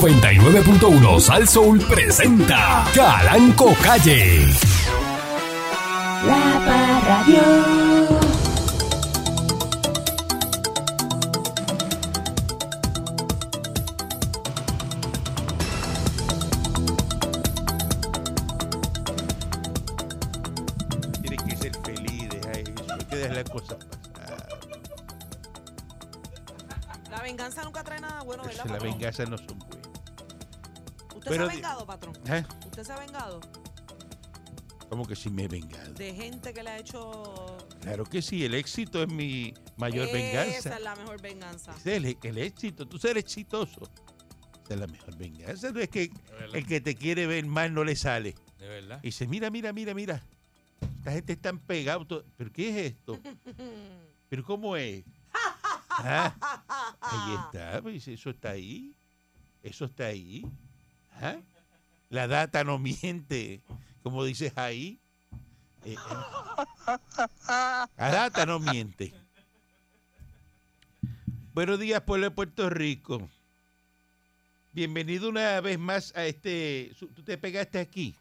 99.1 Sal Soul presenta Calanco Calle. La Parradio. Tienes que ser feliz, deja eso, hay que dejar las cosas pasar. La venganza nunca trae nada bueno, ¿verdad? La patrón? venganza no son buenas. ¿Usted pero se ha di- vengado, patrón? ¿Eh? ¿Usted se ha vengado Como que si me he vengado. de gente que le ha hecho. Claro que sí, el éxito es mi mayor Esa venganza. es la mejor venganza. Ese es el, el éxito, tú ser exitoso. Esa es la mejor venganza. No es que el que te quiere ver mal no le sale. De verdad. Y dice, mira, mira, mira, mira. Esta gente está pegada. to- ¿Pero qué es esto? ¿Pero cómo es? Ah, ahí está, pues, eso está ahí. Eso está ahí. Ajá. La data no miente, como dices ahí. Eh, eh. La data no miente. Buenos días, pueblo de Puerto Rico. Bienvenido una vez más a este... su- Tú te pegaste aquí,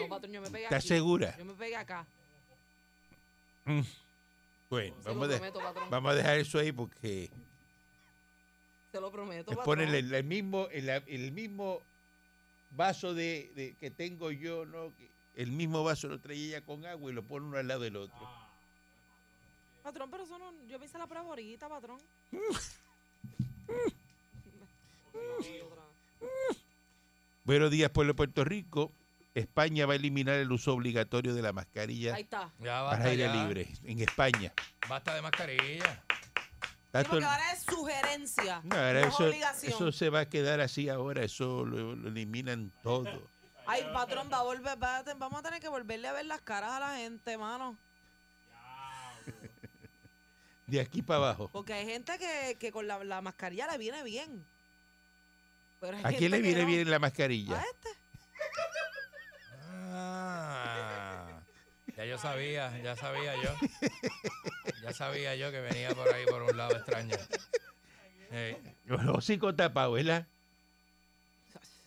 No, patrón, yo me pegué ¿estás aquí. segura? Yo me pegué acá. Mm. Bueno, Se vamos a, lo de- prometo, patrón. vamos a dejar eso ahí porque... Se lo prometo, Me patrón. ponen el, el mismo, el, el mismo vaso de, de- que tengo yo, ¿no? Que El mismo vaso lo trae ella con agua y lo pone uno al lado del otro. Ah. Patrón, pero eso no. Yo me hice la prueba ahorita, patrón. Buenos días, pueblo de Puerto Rico. España va a eliminar el uso obligatorio de la mascarilla Ahí está. Ya basta. para aire ya. libre en España. Basta de mascarilla. Sí, Está todo- porque ahora es sugerencia. No, ahora no es eso, obligación. eso se va a quedar así ahora, eso lo, lo eliminan todo. Ay, patrón, va a volver. va a- vamos a tener que volverle a ver las caras a la gente, mano. De aquí para abajo. Porque hay gente que, que con la, la mascarilla le viene bien. Pero hay ¿A quién gente le que viene no. bien la mascarilla? A este. Ah, ya yo sabía, ya sabía yo. Ya sabía yo que venía por ahí por un lado extraño. Eh, Los hocicos tapados, ¿verdad?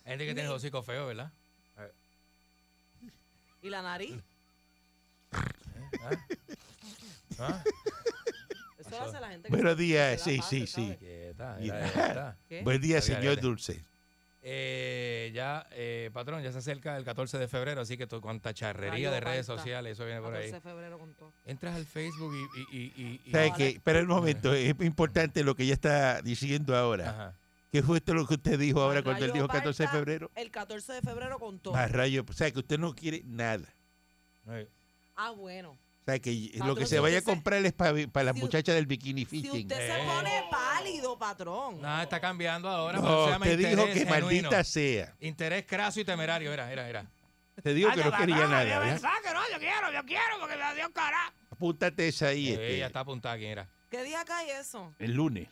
gente que tiene los hocicos feos, ¿verdad? Y la nariz. ¿Ah? ¿Ah? Eso lo hace la gente que Buenos se- días, se la sí, pasa, sí, ¿sabes? sí. Quieta, Ya. mira, ya está. ¿Qué? Buen día, Está bien, señor adelante. Dulce. Eh, ya, eh, patrón, ya se acerca el 14 de febrero, así que to- cuánta charrería Rayo de redes falta. sociales, eso viene por 14 ahí. de febrero con todo. Entras al Facebook y... y, y, y- y- ¿Sabe Ahora- qué? Espera un momento, es importante lo que ella está diciendo ahora. Ajá. ¿Qué fue esto lo que usted dijo ahora Al cuando él rayo dijo 14 de parta febrero? El 14 de febrero con todo. Más rayo, o sea que usted no quiere nada. Eh, Ah, bueno. O sea que Patrón, lo que si se vaya a usted se- comprar es para las si u- muchachas del bikini Si fishing. usted se Eh. pone pálido, patrón. Nada, está cambiando ahora. pero se No, llama usted dijo que interés genuino. maldita sea. Interés craso y temerario, era, era, era. Te Ah, digo que no quería nada. ¿eh? ¿verdad? que no, yo quiero, yo quiero, porque la dio cara. Apúntate esa ahí, este, Ella Eh, está apuntada quién era. ¿Qué día cae eso? el lunes.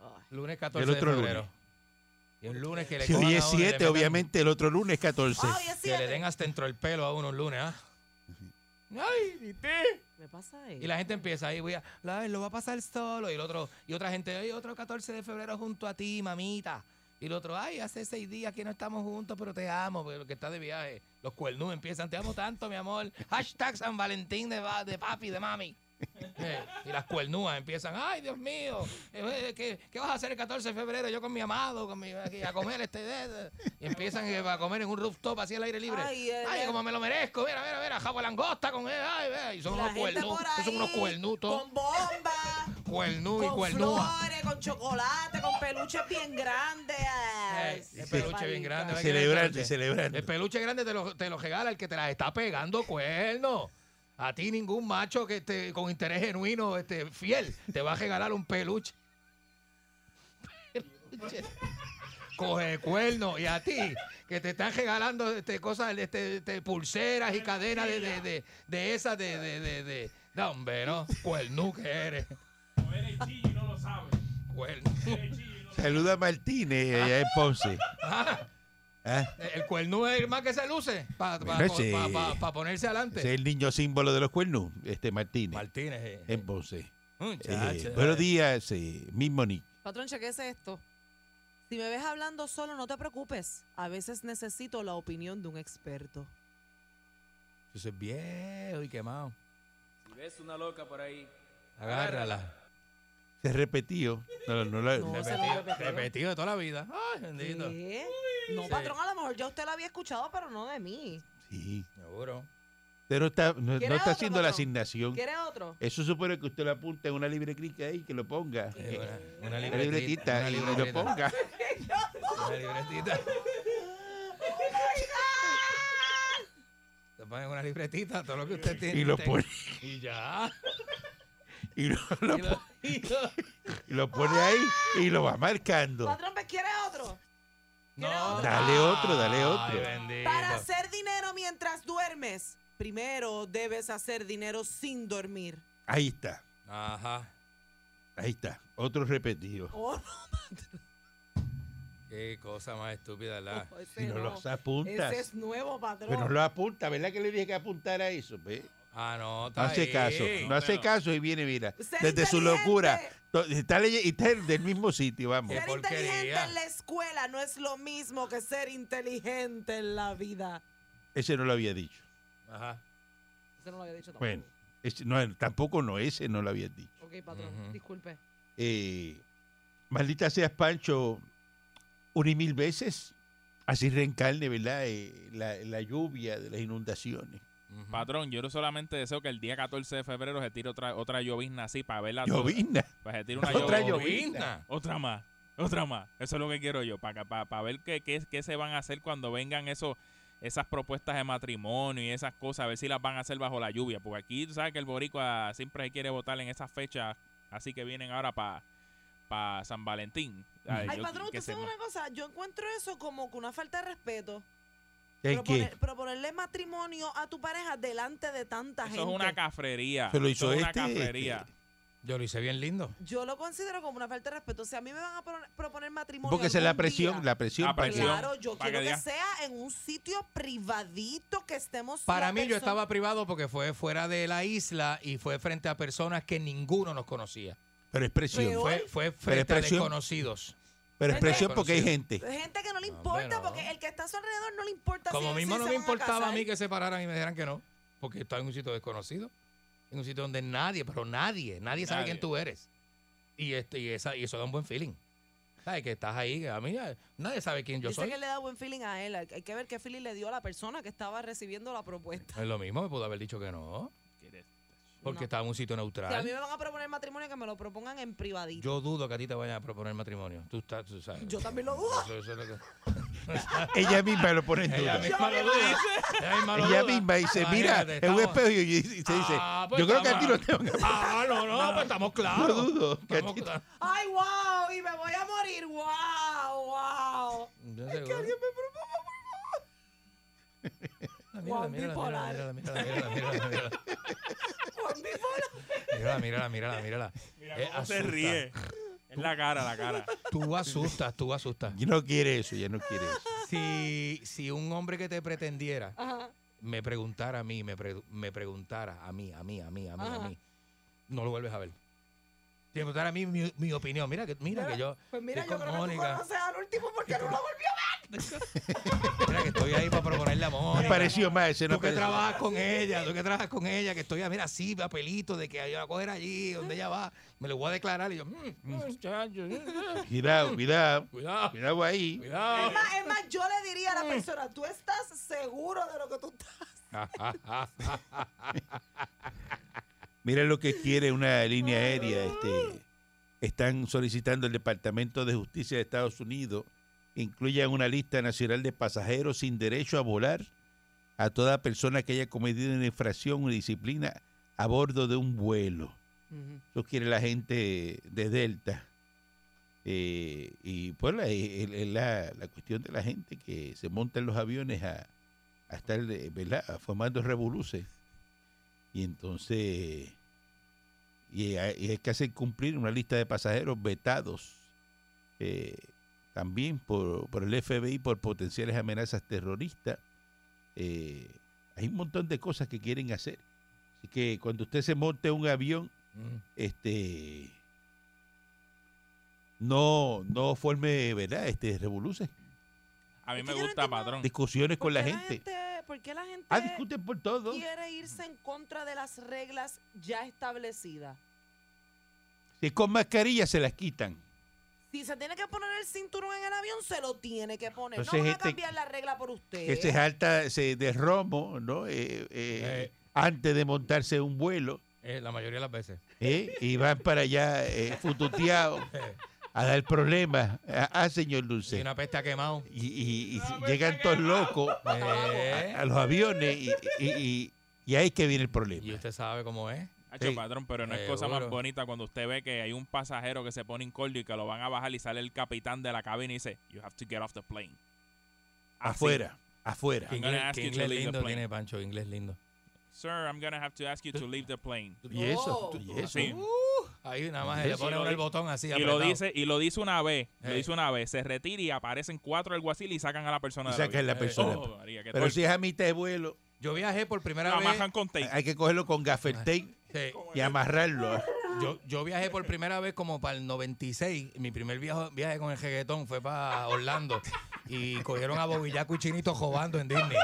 Ay, Lunes 14 El otro de febrero. lunes. Y un lunes que le Si cojan hoy a es uno y le 7, metan- obviamente el otro lunes 14. Ah, hoy es Que le siete. den hasta dentro el pelo a uno un lunes, ¿ah? Ay, ¿y te? Me pasa Y ahí. la gente empieza ahí, voy a, la- lo va a pasar solo. Y el otro, y otra gente, ay, otro 14 de febrero junto a ti, mamita. Y el otro, ay, hace seis días que no estamos juntos, pero te amo, pues, porque estás de viaje. Los cuernos empiezan, te amo tanto, mi amor. Hashtag San Valentín de, va- de papi, de mami. Eh, y las cuernúas empiezan, ¡Ah! ay, Dios mío, eh, eh, ¿qué, qué vas a hacer el 14 de febrero? Yo con mi amado, con mi, aquí a comer este... dedo. Y empiezan eh, a comer en un rooftop así al aire libre. Ay, eh, Ay, el- como me lo merezco, mira, mira, mira, jabo langosta con él, ah". ay, vea, y son La unos gente cuernos, por esos son unos ahí, cuernutos, Con bomba. cuernú y Con cuernúa. flores, con chocolate, con peluches bien grandes. Ay, Eh, el peluche bien palita. grande. ¿verdad que Celebrando es y el peluche? celebrando. El peluche grande te lo, te lo regala el que te la está pegando cuerno. A ti ningún macho que te, con interés genuino, este, fiel, te va a regalar un peluche. Peluche. Coge cuerno. Y a ti, que te están regalando este, cosas, este, este, pulseras y cadenas de, de, de- de esas de, de, de, de- No, hombre, ¿no? Cuernú que eres. Cuerno. Saluda a Martínez allá en Ponce. Ah, ¿Ah? El cuerno es el más que se luce para Bueno, sí. ponerse adelante. Ese es el niño símbolo de los cuernos, este Martínez, Martínez. eh. en Ponce. Muchacho, Eh, eh. buenos días, eh, Miss Monique. Patrón, chequese esto. Si me ves hablando solo, no te preocupes. A veces necesito la opinión de un experto. Eso es viejo y quemado. Si ves una loca por ahí, Agárrala. Se repetió. No, no, la- No, la- se Repetido, lo repetió. repetido de toda la vida. Ay, bendito. ¿Qué? No, Sí. patrón, a lo mejor ya usted la había escuchado, pero no de mí. Sí. Seguro. Usted no está, no, no ¿Quiere está otro, haciendo la patrón? asignación. ¿Quiere otro? Eso supone que usted lo apunta en una libretica ahí, que lo ponga. Eh, Eh, Una, una Una libretita, y una lo libretita, ponga. Una libretita. Lo ponen en una libretita, todo lo que usted tiene. Y lo te- pone, Y ya. y lo, lo- Y lo- y lo- y lo pone ahí y lo va marcando. Patrón, ¿me quiere otro? No. Dale otro, dale otro. Ay, bendito. Para hacer dinero mientras duermes, primero debes hacer dinero sin dormir. Ahí está, Ajá. ahí está. Otro repetido. Oh, Qué cosa más estúpida, ¿verdad? no, ese Si no no. los apuntas. Ese es nuevo, patrón. Pero no lo apunta, ¿verdad que le dije que apuntara eso? ve? Ah, no. Está No hace ahí. caso, no hace pero- caso y viene, mira, Ser desde su inteligente. locura. To- Está, leye- y está del mismo sitio, vamos. Qué Ser inteligente porquería. en la escuela no es lo mismo que ser inteligente en la vida. Ese no lo había dicho. Ajá. Eso no lo había dicho tampoco. Bueno, ese no, tampoco no, ese no lo había dicho. Ok, patrón, Ujú. disculpe. Eh, maldita seas, Pancho, una y mil veces. Así reencarne, ¿verdad? Eh, la, la lluvia de las inundaciones. Ujú. patrón, yo no solamente deseo que el día 14 de febrero se tire otra, otra llovizna así para verla. toda. Llovina. Para se tire una Otra llovizna. llovizna. Otra más. Otra más. Eso es lo que quiero yo. Para para ver qué, qué, qué se van a hacer cuando vengan esos esas propuestas de matrimonio y esas cosas. A ver si las van a hacer bajo la lluvia. Porque aquí, tú sabes que el boricua siempre quiere votar en esas fechas. Así que vienen ahora para pa San Valentín. Ay, Ay, yo- patrón, que usted se sabe mo- una cosa. Yo encuentro eso como que una falta de respeto. ¿El qué? Proponer- proponerle matrimonio a tu pareja delante de tanta Eso gente. es una cafrería. Se lo Eso hizo es este, una cafrería. Yo lo hice bien lindo. Yo lo considero como una falta de respeto. Si a mí me van a pro- proponer matrimonio. Porque se la algún presión, día, la presión, La Pancho. presión. Claro, yo para quiero que que diga- sea en un sitio privadito que estemos. Para la mí yo perso- estaba privado porque fue fuera de la isla y fue frente a personas que ninguno nos conocía. Pero es presión. Peor. Fue, fue frente a expresión. desconocidos. Pero es presión Pero- porque hay gente. Gente que no le No, importa, hombre, no. porque el que está a su alrededor no le importa. si Ah, Como ellos mismo sí no se me van importaba a casar. mí que se pararan y me dijeran que no, porque estaba en un sitio desconocido, en un sitio donde nadie, pero nadie, nadie, sabe Nadie. quién tú eres. Y, este, y, esa, y eso da un buen feeling. ¿Sabes? Que estás ahí, que a mí eh, nadie sabe quién yo Dice soy. que le da buen feeling a él. Hay hay que ver qué feeling le dio a la persona que estaba recibiendo la propuesta. Es lo mismo, me pudo haber dicho que no, porque No. estaba en un sitio neutral. Si a mí me van a proponer matrimonio, que me lo propongan en privadito. Yo dudo que a ti te vayan a proponer matrimonio. Tú estás, tú sabes. Yo también lo dudo. Eso- eso es lo que- Ella misma lo pone en duda. Ella misma lo duda. Ella misma lo Ella duda. misma dice, mira, Imagínate, es un estamos- espejo y y se dice, Ah, pues yo creo que a ti no estamos- te van a... Ah, no, no, pues estamos claros. No dudo que a Estamos ti- claros. ¡Ay, wow! Y me voy a morir. ¡Wow! ¡Wow! Yo seguro. Juan Mírala, bipolar. mírala, mírala, mírala, mírala, mírala, Juan Bipolar. mírala, mírala, mírala, mírala. Eh, cómo se asusta. ríe. Es la cara, la cara. Tú asustas, tú asustas. Y no quiere eso, ella no quiere eso. Si, si un hombre que te pretendiera Ajá. me preguntara a mí, me, pre- me preguntara a mí, a mí, a mí, a mí, a Ajá. mí, no lo vuelves a ver. Si me preguntara a mí mi, mi opinión, mira que, mira que yo, Pues mira, yo estoy con creo que tú Mónica, conoces al último porque no lo volvió a mira que estoy ahí para proponerle a Me Mónica. pareció más, ese no Tú que pareció. trabajas con ella, tú que trabajas con ella, que estoy, mira, así, papelito de que yo voy a coger allí, donde ella va, me lo voy a declarar y yo, mm, mm, chacho, eh, Cuidado, cuidado, cuidado, cuidado ahí. ver. cuidado. Es más, es más, yo le diría Mm. a la persona, ¿tú estás seguro de lo que tú estás? Ah, Mira lo que quiere una línea aérea. Este, están solicitando el Departamento de Justicia de Estados Unidos que incluya en una lista nacional de pasajeros sin derecho a volar a toda persona que haya cometido una infracción o disciplina a bordo de un vuelo. Eso quiere la gente de Delta. Eh, y pues la, el- el- la- la cuestión de la gente que se monta en los aviones a, a estar eh, ¿verdad? A formando revoluces. Y entonces y hay, y hay que hacer cumplir una lista de pasajeros vetados eh, también por, por el FBI por potenciales amenazas terroristas. Eh, hay un montón de cosas que quieren hacer. Así que cuando usted se monte en un avión, Mm. este no, no forme, ¿verdad? Este, revoluce. A mí Es me que yo no gusta, entiendo- patrón. Discusiones con la ¿Por qué gente. ¿Por qué la gente Ah, discuten por todo. quiere irse en contra de las reglas ya establecidas? Si con mascarilla se las quitan. Si se tiene que poner el cinturón en el avión, se lo tiene que poner. Entonces, no van este- a cambiar la regla por usted. que Eh, se jalta se de romo, ¿no? Eh, eh, Sí. Antes de montarse un vuelo. Eh, la mayoría de las veces. ¿eh? Y van para allá eh, fututeados a dar problemas. Ah, ah, señor Y Dulce. una peste ha quemado. Y, y- y pues, llegan todos locos Eh, a, a los aviones y, y, y- y ahí es que viene el y problema. usted sabe ¿eh? cómo es. Eh, Hacho, Sí. patrón, pero no es cosa Seguro. más bonita cuando usted ve que hay un pasajero que se pone incordio y que lo van a bajar y sale el capitán de la cabina y dice, You have to get off the plane. Así. Afuera, afuera. Que I'm gonna inglés, ask que you to inglés leave the lindo plane. tiene Pancho, inglés lindo. Sir, I'm gonna have to ask you to leave the plane. Y eso, Oh. y eso. Sí. Uh. Ahí nada más le Eso pone lo uno el di- botón así. y lo apretado. dice y lo dice una vez lo Eh. dice una vez se retira y aparecen cuatro alguaciles y sacan a la persona Y de la sacan la vida. persona. Oh, María, que Pero todo- si es a mitad de vuelo, Yo viajé por primera la vez. majan con tape hay que cogerlo con gaffer tape Sí. y amarrarlo. Yo, yo viajé por primera vez como para el 96. Mi primer viaje, viaje con el jeguetón fue para Orlando. Y cogieron a Bobillaco y Chinito jobando en Disney.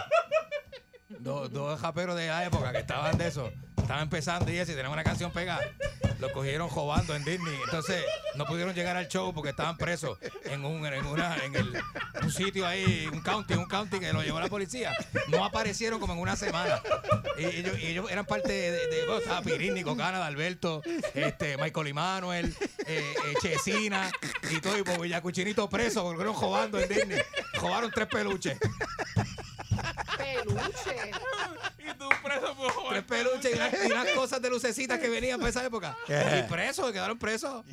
Dos, dos japeros de la época que estaban de eso. Estaban empezando y eso, y tenían una canción pegada. Los cogieron jobando en Disney. Entonces no pudieron llegar al show porque estaban presos en un, en una, en el- un sitio ahí, un county, un county que lo llevó la policía. No aparecieron como en una semana. Y ellos, y ellos eran parte de, de, de- bueno, estaba Pirini, Cocana, Alberto, este, Michael Emanuel, eh, eh, Chesina y todo, y por Villacuchinito preso, porque fueron jobando en Disney. Jobaron tres peluches. Peluche. y tú preso por Tres joder. peluches y unas, y unas cosas de lucecitas que venían para esa época. Ajá. Y presos, quedaron presos.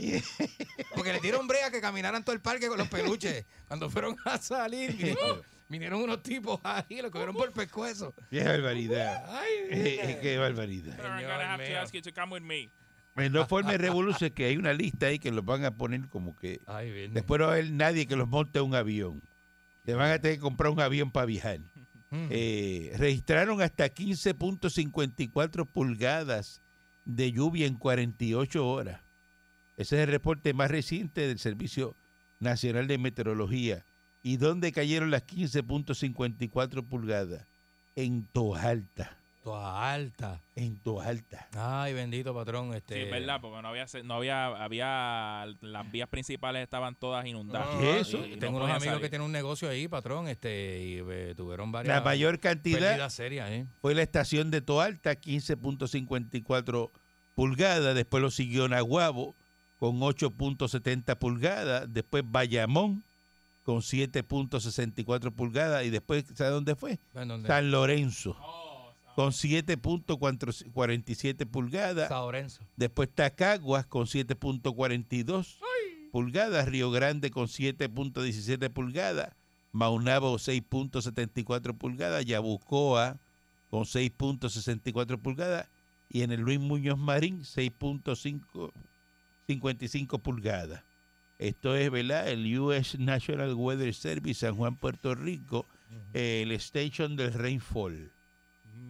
Porque les dieron brea que caminaran todo el parque con los peluches. Cuando fueron a salir, vinieron, vinieron unos tipos ahí, los cogieron por el pescuezo. Qué barbaridad. Ay, Eh, Qué barbaridad. Sir, I'm Señor gonna have to mío. ask you to come with me. Pues No forme revolución, que hay una lista ahí que los van a poner como que Ay, bien. Después no va a haber nadie que los monte a un avión. Le van a tener que comprar un avión para viajar. Mm. Eh, registraron hasta 15.54 pulgadas de lluvia en 48 horas. Ese es el reporte más reciente del Servicio Nacional de Meteorología. ¿Y dónde cayeron las 15.54 pulgadas? En Toalta. Toa alta. En Toalta. Ay, bendito patrón. Sí, Este... es verdad, porque no había, se- no había, había, las vías principales estaban todas inundadas. ¿Y eso? no Tengo unos podían amigos que salir. tienen un negocio ahí, patrón, este, y eh, tuvieron varias La mayor cantidad pérdidas serias, ¿eh? fue la estación de Toalta, 15.54 pulgadas. Después lo siguió Naguabo con 8.70 pulgadas. Después Bayamón con 7.64 pulgadas. Y después, ¿sabe dónde fue? Pues, ¿En dónde? San Lorenzo Oh, San- con 7.47 pulgadas. San Lorenzo. Después Tacaguas con 7.42 pulgadas, Río Grande con 7.17 pulgadas, Maunabo 6.74 pulgadas, Yabucoa con 6.64 pulgadas y en el Luis Muñoz Marín 6.55 pulgadas. Esto es, ¿verdad? El US National Weather Service San Juan, Puerto Rico, el station del Rainfall.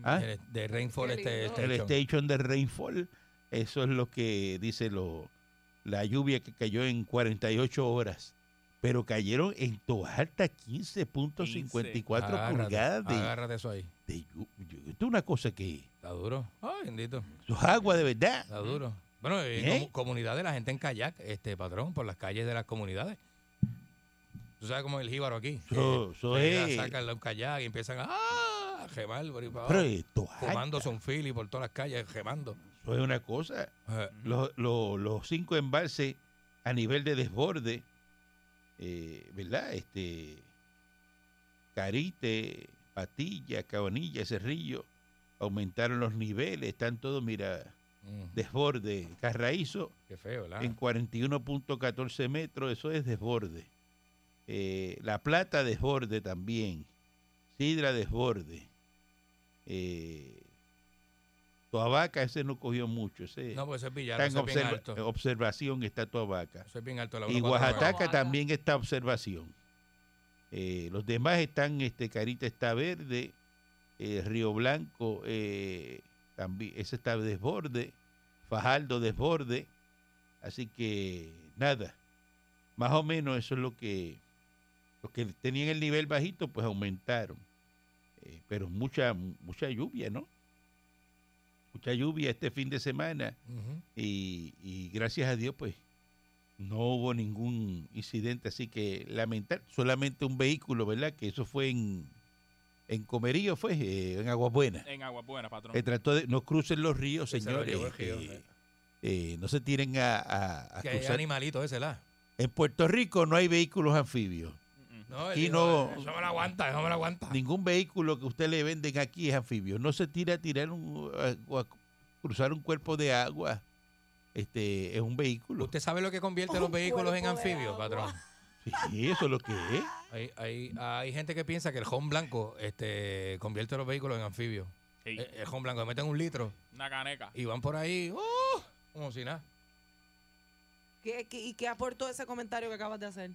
¿Ah? De, Mm, de Rainfall Qué este, lindo. este el show. station de rainfall. Eso es lo que dice lo, la lluvia que cayó en 48 horas. Pero cayeron en Toalta 15.54 Agárrate, pulgadas de, Agárrate eso ahí. de llu- llu- Esto es una cosa que... Está duro. Ay, bendito. Eso es agua de verdad. Está duro. Bueno, y ¿Eh? comu- comunidad de la gente en kayak, este patrón, por las calles de las comunidades. Tú sabes cómo es el jíbaro aquí. Eso- Que- eso que es- Sacan un kayak y empiezan a, ¡ah! a gemar por ahí para Pero abajo. en Toalta, Fumando son fili por todas las calles, gemando. eso es una cosa. Eh, Los, los- los cinco embalses a nivel de desborde, eh, ¿verdad? Este, Carite, Patilla, Cabanilla, Cerrillo, aumentaron los niveles, están todos, mira, mm, desborde. Carraízo Qué feo, ¿verdad? en 41.14 metros, eso es desborde. Eh, La Plata, desborde también. Sidra, desborde. Eh, Toabaca, ese no cogió mucho, ese No, pues eso es Villar, está en eso es bien observa- alto. observación está Toabaca. Eso es bien alto. La Y 149. Oaxaca Oaxaca. también está observación. Eh, los demás están, este, Carita está verde, eh, Río Blanco, eh, también, ese está desborde, Fajardo desborde. Así que nada, Más o menos eso es lo que los que tenían el nivel bajito, pues aumentaron. Eh, pero mucha, mucha lluvia, ¿no? Mucha lluvia este fin de semana Ujú. y, y gracias a Dios, pues no hubo ningún incidente, así que lamentar, solamente un vehículo, ¿verdad? Que eso fue en, en Comerío, fue eh, en Aguabuena. En Agua Buena, patrón. Se trató de no crucen los ríos, Que se lo señores. llevó el río, eh, eh. eh, no se tiren a, a- a Que hay cruzar. animalito ese, ¿la? En Puerto Rico no hay vehículos anfibios. Mm, mm. No, Aquí él no- dijo, Eso me lo aguanta, eso me lo aguanta. Ningún vehículo que usted le venden aquí es anfibio. No se tira a tirar un, a- o a cruzar un cuerpo de agua. Este es un vehículo. ¿Usted sabe lo que convierte Un los vehículos en cuerpo de anfibios, agua. patrón? Sí, eso es lo que es. Hay, hay, hay gente que piensa que el home blanco este, convierte los vehículos en anfibios. Sí, El, el home blanco, le meten un litro Una caneca. y van por ahí, ¡uh! como si nada. ¿Qué- qué- ¿Y qué aportó ese comentario que acabas de hacer?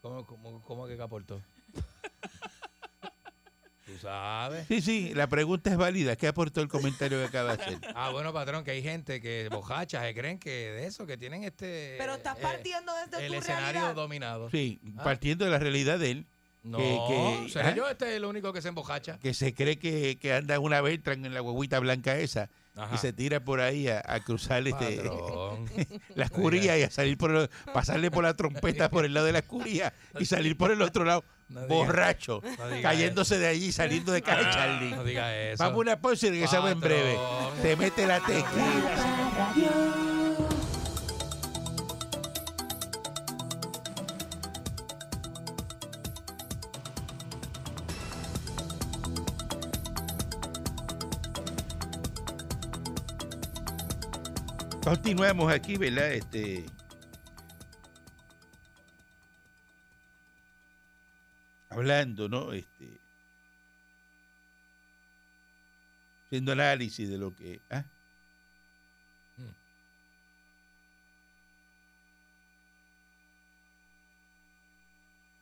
¿Cómo, cómo, cómo que aportó? Tú sabes. Sí, sí, la pregunta es válida. ¿Qué aportó el comentario que acaba de hacer? Ah, bueno, patrón, que hay gente que bojachas se creen que de eso, que tienen este. Pero estás eh, partiendo desde El tu escenario realidad. dominado. Sí, Ah. partiendo de la realidad de él, No, que- ¿eh? ah, que- seré ajá. yo este el único que se embojacha. que se cree que, que anda una Beltran en la guaguita blanca esa Ajá. y se tira por ahí a, a cruzar este, Patrón. la escuría y a salir por el- pasarle por la trompeta por el lado de la escuría y salir por el otro lado No diga- borracho, no diga Ah, cayéndose de allí, saliendo de calle Charlie. No diga eso. Vamos a una pausa y regresamos en breve. Patrón. Te mete la tequila. Continuamos aquí, ¿verdad? Este. Hablando, ¿no? Este. Haciendo análisis de lo que. ah. Mm.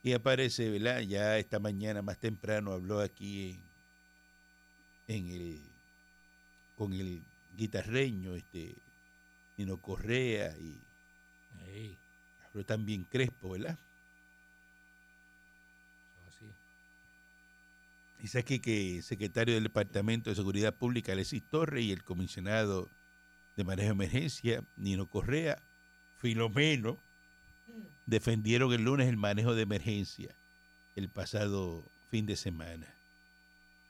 Y aparece, ¿verdad? Ya esta mañana más temprano habló aquí en, en el con el guitarreño, este, Nino Correa y Ey, habló también Crespo, ¿verdad? eso así. Dice aquí que el secretario del Departamento de Seguridad Pública, Alexis Torres, y el comisionado de Manejo de Emergencia, Nino Correa, Filomeno, defendieron el lunes el manejo de emergencia el pasado fin de semana.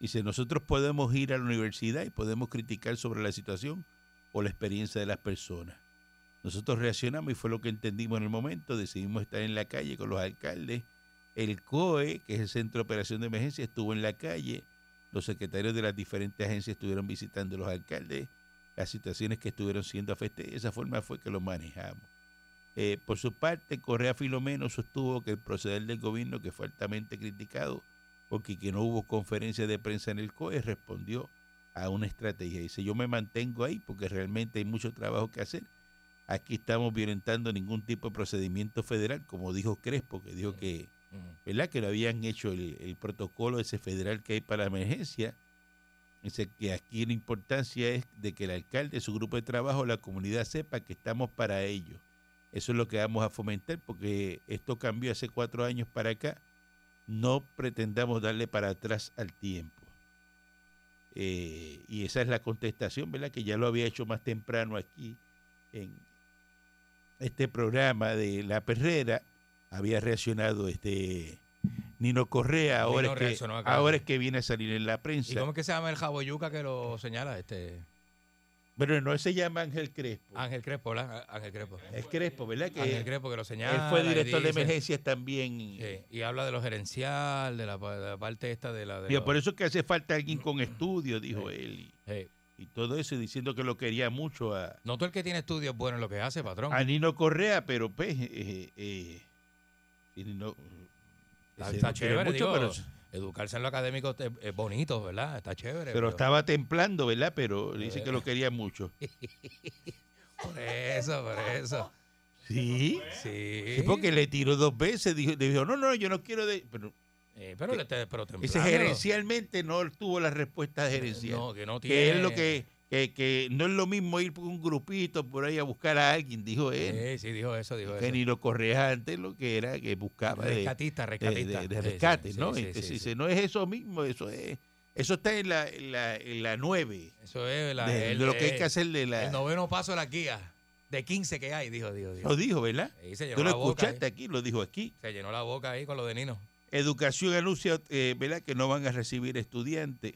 Dice, nosotros podemos ir a la universidad y podemos criticar sobre la situación o la experiencia de las personas. Nosotros reaccionamos y fue lo que entendimos en el momento. Decidimos estar en la calle con los alcaldes el COE, que es el Centro de Operación de Emergencia, estuvo en la calle. Los secretarios de las diferentes agencias estuvieron visitando a los alcaldes. Las situaciones que estuvieron siendo afectadas, de esa forma fue que lo manejamos. Eh, por su parte, Correa Filomeno sostuvo que el proceder del gobierno, que fue altamente criticado, porque que no hubo conferencia de prensa en el COE, respondió a una estrategia. Dice, yo me mantengo ahí porque realmente hay mucho trabajo que hacer. Aquí estamos violentando ningún tipo de procedimiento federal, como dijo Crespo, que dijo que Mm. ¿verdad? Que lo habían hecho el, el protocolo ese federal que hay para emergencia. Dice que aquí la importancia es de que el alcalde, su grupo de trabajo, la comunidad sepa que estamos para ello. Eso es lo que vamos a fomentar porque esto cambió hace cuatro años para acá. No pretendamos darle para atrás al tiempo. Eh, y esa es la contestación, ¿verdad? Que ya lo había hecho más temprano aquí en este programa de La Perrera había reaccionado este Nino Correa, ahora, Nino es, que, reaccionó acá. ahora es que viene a salir en la ¿Y prensa. cómo es que se llama el jaboyuca que lo señala? Este Pero no se llama Ángel Crespo. Ángel Crespo, ¿verdad? Ah, Ángel Crespo. Es Crespo, ¿verdad? Que Ángel Crespo que lo señala. él fue y director de dice- emergencias también. Sí, y habla de lo gerencial, de la, pa- de la parte esta de la. de Digo, lo- por eso es que hace falta alguien con estudios, dijo él. Sí. Y, y todo eso, y diciendo que lo quería mucho a, No todo el que tiene estudios bueno en lo que hace, patrón. a Nino Correa, pero pues... eh, eh, y Nino- Está- ese está no quiere chévere, digo, pero- Educarse en lo académico es, es bonito, ¿verdad? Está chévere. Pero estaba templando, ¿verdad? Pero dice Eh. que lo quería mucho. Por eso, por eso. Sí. Sí. Sí, porque le tiró dos veces. Dijo, dijo no, no, yo no quiero. De... Pero Eh, pero le está pero ese templando. gerencialmente no tuvo la respuesta gerencial. No, que no tiene. que es lo que que, que no es lo mismo ir por un grupito por ahí a buscar a alguien, dijo él. Sí, sí, dijo eso, dijo que eso. ni los correantes lo que era que buscaba de, Rescatista, de- de- de rescatista. Sí, sí, rescate, sí, ¿no? sí, Entonces sí, dice, sí. no es eso mismo, eso es, eso está en la, en la, en la nueve, Eso es la- E. de, el- de lo que hay el- que hacer de la... El noveno paso de la guía. De 15 que hay, dijo, dijo, dijo. Lo dijo, ¿verdad? Ahí se llenó Tú lo la boca. escuchaste aquí, lo dijo aquí. ahí. Se llenó la boca ahí con lo de Nino. Educación anuncia, eh, ¿verdad? Que no van a recibir estudiantes.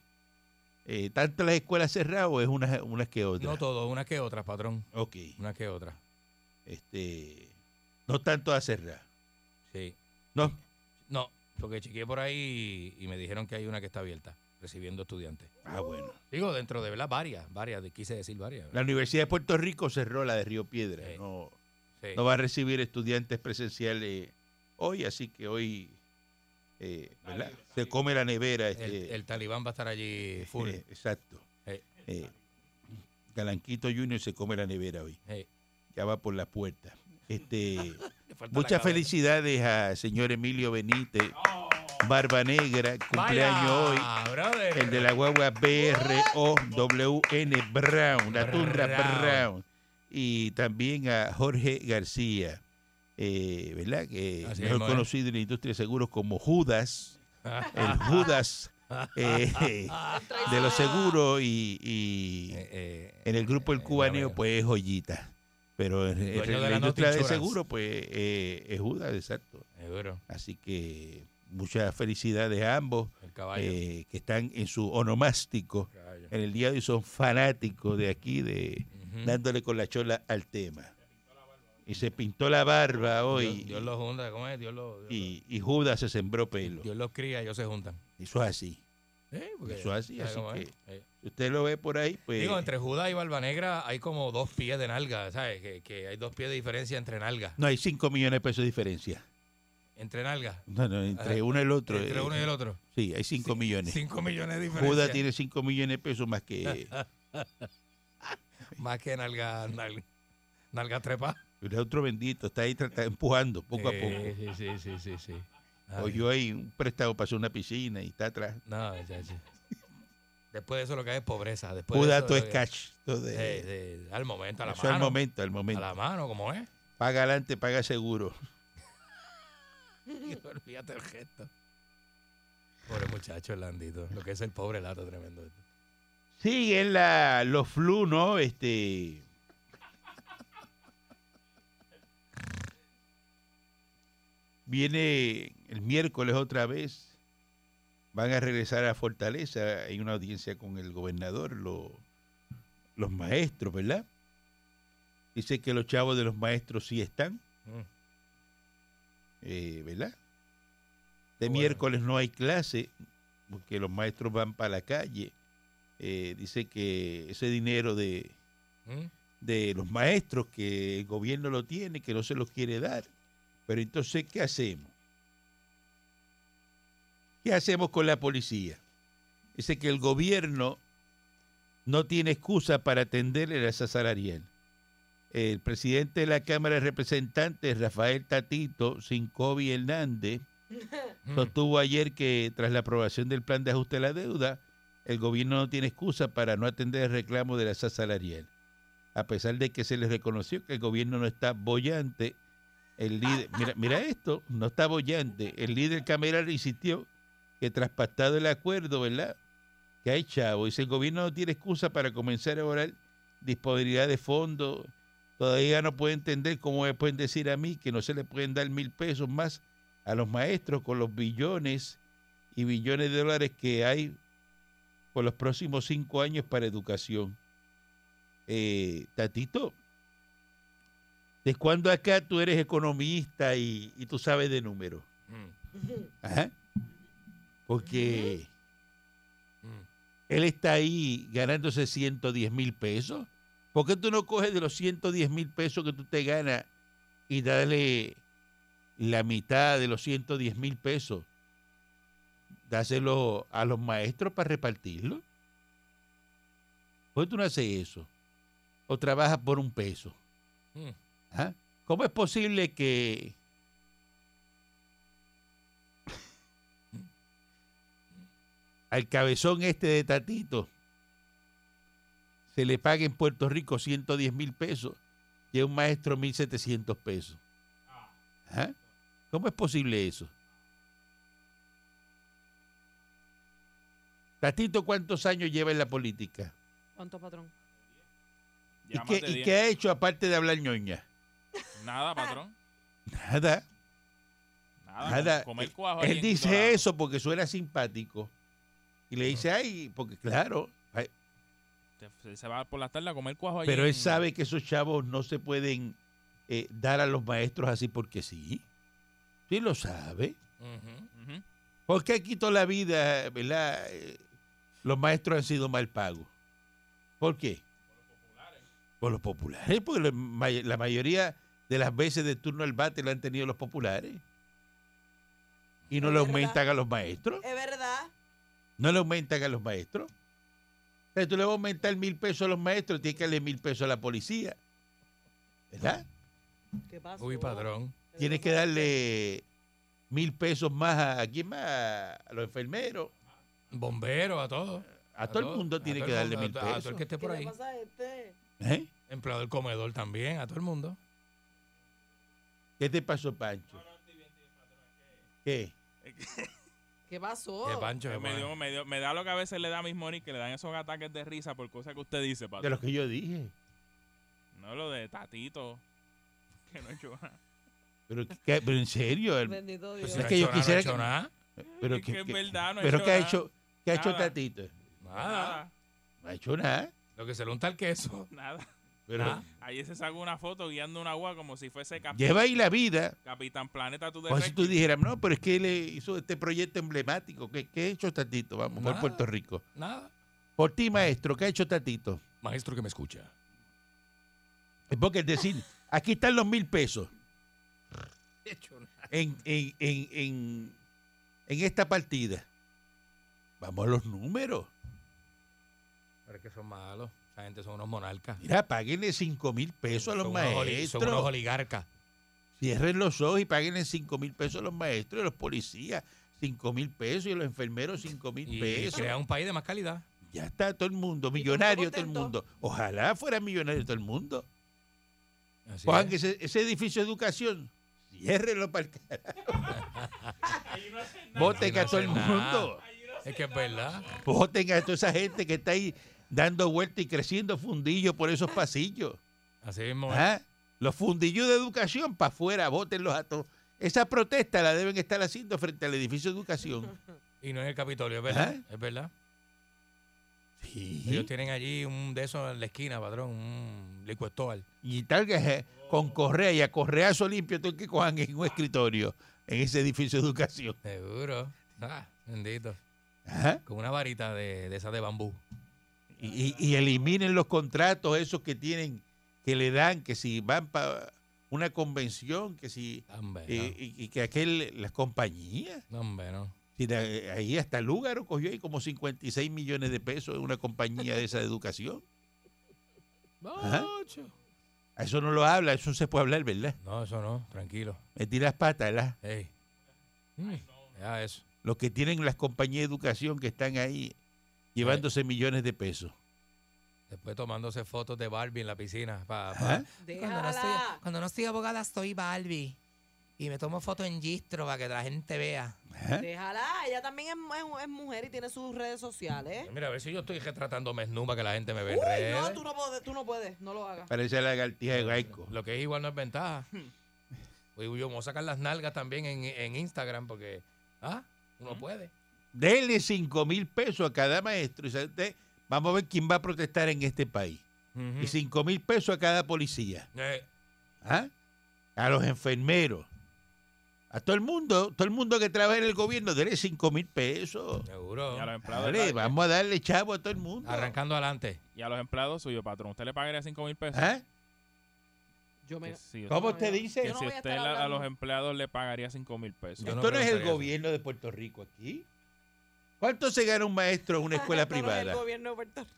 Eh, ¿Tantas las escuelas cerradas o es unas unas que otras? No todo, unas que otras, patrón. ok. Unas que otras. Este, no están todas cerradas. Sí. No, No, porque chequeé por ahí y, y me dijeron que hay una que está abierta, recibiendo estudiantes. ah, bueno. Digo, dentro de verdad, varias, varias, de- quise decir varias. La Universidad de Puerto Rico cerró la de Río Piedra. Sí. No, Sí. no va a recibir estudiantes presenciales hoy, así que hoy eh, ¿verdad? se come la nevera. el, Este, el talibán va a estar allí full. eh, exacto. Eh. Eh, Galanquito Junior se come la nevera hoy. Eh, Ya va por la puerta. Este. le falta la Muchas cabeza. felicidades a señor Emilio Benítez, Barba Negra, cumpleaños hoy. Vaya, brother. El de la guagua B-R-O-W-N Brown, la tundra Brown. Brown. Y también a Jorge García, eh, ¿verdad? Que Así mejor mismo ¿eh? es. conocido en la industria de seguros como Judas, el Judas eh, de los seguros y, y Eh, eh, en el grupo El eh, Cubaneo, ya veo. pues es joyita. Pero en, en Dueño de la, la industria de Nautic Insurance. seguro, pues eh, es Judas, exacto. Seguro, Así que muchas felicidades a ambos el caballo. eh, que están en su onomástico Caballo. en el día de hoy, son fanáticos de aquí, de Ujú. dándole con la chola al tema. Y se pintó la barba hoy Dios, Dios los junta, ¿cómo es? Dios los, Dios y, y Judas se sembró los- pelo. Dios los cría, ellos se juntan. Eso es así. Eh, porque- Eso es así, ¿sabe así cómo es? que- Eh. Si usted lo ve por ahí, pues... Digo, entre Judá y Barba Negra hay como dos pies de nalga, ¿sabes? Que, que hay dos pies de diferencia entre nalgas. No hay 5 millones de pesos de diferencia. Entre nalgas. No, no, entre Ah, uno y el otro. Entre eh, uno y el otro. Sí, hay 5 millones. Cinco millones de diferencia. Judas tiene 5 millones de pesos más que... Más que nalga, nalga, nalga trepa. El otro bendito está ahí trata- empujando poco a poco. Eh, Sí, sí, sí, sí, sí. Ay, O yo ahí un préstamo para hacer una piscina y está atrás. No, ya, ya. Después de eso lo que hay es pobreza. Después de Judas eso, todo es lo que- cash. Todo es- Eh, eh, al momento, a la eso mano. al momento, al A momento. la mano, como es. Paga adelante, paga seguro. Olvídate el gesto. Pobre muchacho, Orlandito. Lo que es el pobre lato tremendo. Siguen la, los flu, ¿no? Este. Viene el miércoles otra vez. Van a regresar a Fortaleza. Hay una audiencia con el gobernador, lo- los maestros, ¿verdad? Dice que los chavos de los maestros sí están, Mm. eh, ¿verdad? De Bueno. miércoles no hay clase porque los maestros van para la calle. Eh, dice que ese dinero de, ¿Mm? de los maestros que el gobierno lo tiene, que no se los quiere dar. Pero entonces, ¿qué hacemos? ¿Qué hacemos con la policía? Dice que el gobierno no tiene excusa para atender el asa salarial. El presidente de la Cámara de Representantes, Rafael Tatito Sincovi Hernández, Mm. sostuvo ayer que tras la aprobación del plan de ajuste a la deuda, el gobierno no tiene excusa para no atender el reclamo de la asa salarial. A pesar de que se les reconoció que el gobierno no está bollante, el líder, mira, mira esto, no está bollante. El líder cameral insistió que tras pactado el acuerdo, ¿verdad? Que hay chavo. Dice, el gobierno no tiene excusa para comenzar a orar disponibilidad de fondos. Todavía no puedo entender cómo me pueden decir a mí que no se le pueden dar mil pesos más a los maestros con los billones y billones de dólares que hay por los próximos cinco años para educación. Eh, tatito, ¿de cuándo acá tú eres economista y, y tú sabes de números? Mm. Ajá. Porque Mm. él está ahí ganándose 110 mil pesos. ¿Por qué tú no coges de los 110 mil pesos que tú te ganas y dale la mitad de los 110 mil pesos? Dáselo a los maestros para repartirlo. ¿Por qué tú no haces eso? O trabajas por un peso. Mm. Ajá. ¿Ah? ¿Cómo es posible que... al cabezón este de Tatito se le pague en Puerto Rico 110 mil pesos y a un maestro 1.700 pesos. ¿Ah? ¿Cómo es posible eso? Tatito, ¿cuántos años lleva en la política? ¿Cuánto, patrón? ¿Y Ya más qué, de y 10. qué ha hecho aparte de hablar ñoña? Nada, patrón. Nada. Nada. Nada. eh, Comer cuajo ahí Él en dice Dorado. eso porque suena simpático. Y le dice, ay, porque claro, ay, Se, se va por la tarde a comer cuajo allí pero él en- sabe que esos chavos no se pueden eh, dar a los maestros así porque sí. Sí lo sabe. Ujú. Ujú. Porque aquí toda la vida, ¿verdad? Eh, Los maestros han sido mal pagos. ¿Por qué? Por los populares. Por los populares, porque la may- la mayoría de las veces de turno al bate lo han tenido los populares. Y no Es le verdad. aumentan a los maestros. Es verdad. No le aumentan a los maestros. O sea, tú le vas a aumentar mil pesos a los maestros, tienes que darle mil pesos a la policía. ¿Verdad? ¿Qué pasa? Uy, padrón. Tienes que darle mil pesos más a, ¿a quién más? A los enfermeros. Bombero, a todos. A, todo el mundo a tiene todo que el darle mundo, mil a- A, todo pesos. el que esté por ahí. este? ¿Eh? Empleado del comedor también, a todo el mundo. ¿Qué te pasó, Pancho? ¿Qué? ¿Qué pasó? Que Pancho, que Me, pone- dio- me dio- me da lo que a veces le da a mis Monique, que le dan esos ataques de risa por cosas que usted dice, De patrón. lo que yo dije. No lo de Tatito. Que no he hecho nada. Pero, ¿qué- pero en serio, el- Bendito Dios. Pues Es si no que ha yo hecho nada, no ha quisiera hecho que- nada. pero Es que en verdad no he pero hecho ¿qué ha nada. hecho, qué ha hecho Nada. Tatito? Nada. No ha hecho nada. Lo que se le unta el queso. Ah. Nada, nada. Pero Nada. Ayer se sacó una foto guiando una agua como si fuese cap- lleva ahí la vida. Capitán Planeta tú de O si tú Rescue. dijeras, no, pero es que él eh, hizo este proyecto emblemático. ¿Qué, qué ha hecho Tatito? Vamos, por Nada. Puerto Rico. Nada. Por ti, maestro, ¿qué ha hecho Tatito? Maestro que me escucha. Es porque es decir, aquí están los mil pesos hecho nada. en, en, en, en, en esta partida. Vamos a los números. Pero es que son malos. Esa gente son unos monarcas. Mira, páguenle 5 mil pesos a los son Unos, oli- son unos maestros. oligarcas. Cierren los ojos y páguenle 5 mil pesos a los maestros y a los policías. 5 mil pesos y a los enfermeros 5 mil Y pesos. crea un país de más calidad. Ya está todo el mundo, mundo millonario todo el contento. mundo. Ojalá fuera millonario todo el mundo. Así Cojan es. que ese, ese edificio de educación, ciérrenlo para el carajo. Voten a todo el Ahí no hacen nada. mundo. Es que es verdad. Voten a toda esa gente que está ahí dando vueltas y creciendo fundillos por esos pasillos. Así mismo. es. ¿Ah? Los fundillos de educación para afuera, votenlos a todos. Esa protesta la deben estar haciendo frente al edificio de educación. Y no en el Capitolio, es verdad. Ajá. Es verdad. Sí. Ellos tienen allí un de esos en la esquina, patrón. Un licuestoal. Y tal que eh, con correa y a correazo limpio, todo el que cojan en un escritorio, en ese edificio de educación. Seguro. Ah, bendito. Ajá. Con una varita de, de esas de bambú. y, y- y eliminen los contratos esos que tienen, que le dan, que si van para una convención, que si... Hombre, eh, y, y que aquel, las compañías, no. No, hombre, no. si la- ahí hasta Lúgaro cogió ahí como 56 millones de pesos en una compañía de esa de educación. Ajá. Ocho. A Eso no lo habla, eso se puede hablar, ¿verdad? No, eso no. Tranquilo. Metí las patas, ¿verdad? Ey. Mm, Ya eso. Los que tienen las compañías de educación que están ahí llevándose millones de pesos. Después tomándose fotos de Barbie en la piscina. pa- pa- Ajá. Déjala. cuando no estoy abogada, estoy Barbie. Y me tomo fotos en Gistro para que la gente vea. Ajá. Déjala. Ella también es, es- es mujer y tiene sus redes sociales. Mira, a ver si yo estoy retratándome desnudo para que la gente me vea en Uy, redes. ¿Eh? no, tú no, puedes, tú no puedes. No lo hagas. Parece la lagartija de Gaico. Lo que es igual no es ventaja. Uy, uy, yo me voy a sacar las nalgas también en, en Instagram porque, ah, uno puede. Denle 5 mil pesos a cada maestro. y sabe usted, Vamos a ver quién va a protestar en este país. Y 5 mil pesos a cada policía. Eh, ¿ah? A los enfermeros. A todo el mundo. Todo el mundo que trabaja en el gobierno. Denle 5 mil pesos. seguro. Y a los empleados, Dale, de- vamos a darle chavo a todo el mundo. Arrancando adelante. y a los empleados suyos, patrón. ¿Usted le pagaría 5 mil pesos? ¿Ah? Yo Que me. sí, ¿Cómo No, usted yo- dice? que no si voy a usted estar la- a hablando. los empleados le pagaría 5 mil pesos. Yo no Esto no es el preguntaría eso. gobierno de Puerto Rico aquí. ¿Cuánto se gana un maestro en una escuela Esto no es privada? El gobierno de Puerto Rico.